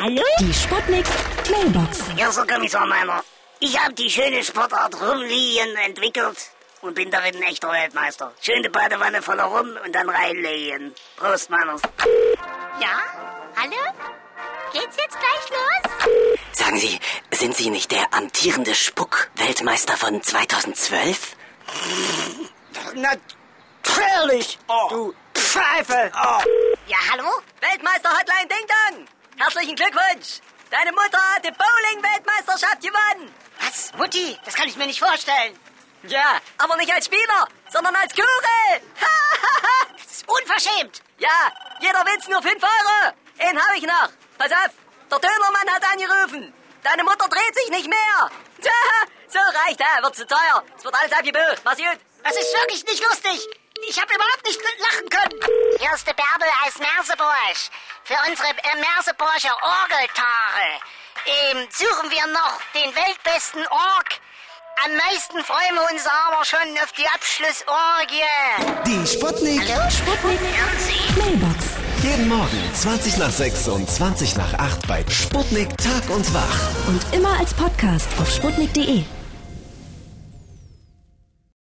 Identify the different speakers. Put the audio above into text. Speaker 1: Hallo?
Speaker 2: Die Sputnik Mailbox.
Speaker 3: Hier ist der Kommissar Meiner. Ich habe die schöne Sportart Rumliehen entwickelt und bin darin ein echter Weltmeister. Schöne Badewanne voller Rum und dann reinlegen. Prost, Meiners.
Speaker 1: Ja? Hallo? Geht's jetzt gleich los?
Speaker 4: Sagen Sie, sind Sie nicht der amtierende Spuck-Weltmeister von 2012?
Speaker 5: Natürlich, du Pfeife.
Speaker 1: Ja, hallo?
Speaker 6: Weltmeister Hotline Ding Dong! Herzlichen Glückwunsch! Deine Mutter hat die Bowling-Weltmeisterschaft gewonnen!
Speaker 1: Was? Mutti, das kann ich mir nicht vorstellen.
Speaker 6: Ja, aber nicht als Spieler, sondern als Kugel!
Speaker 1: Das ist unverschämt.
Speaker 6: ja, jeder Witz nur 5 Euro! Einen habe ich noch! Pass auf, der Dönermann hat angerufen! Deine Mutter dreht sich nicht mehr! Tja, so reicht, ja, wird zu teuer! Es wird alles abgebucht, mach's gut!
Speaker 1: Das ist wirklich nicht lustig. Ich habe überhaupt nicht lachen können.
Speaker 7: Hier ist der Bärbel aus Merseburg. Für unsere äh, Merseburger Orgeltare ähm, suchen wir noch den weltbesten Org. Am meisten freuen wir uns aber schon auf die Abschlussorgie.
Speaker 8: Die Sputnik.
Speaker 2: Sputnik Mailbox.
Speaker 8: Jeden Morgen 20 nach 6 und 20 nach 8 bei Sputnik Tag und Wach.
Speaker 2: Und immer als Podcast auf sputnik.de.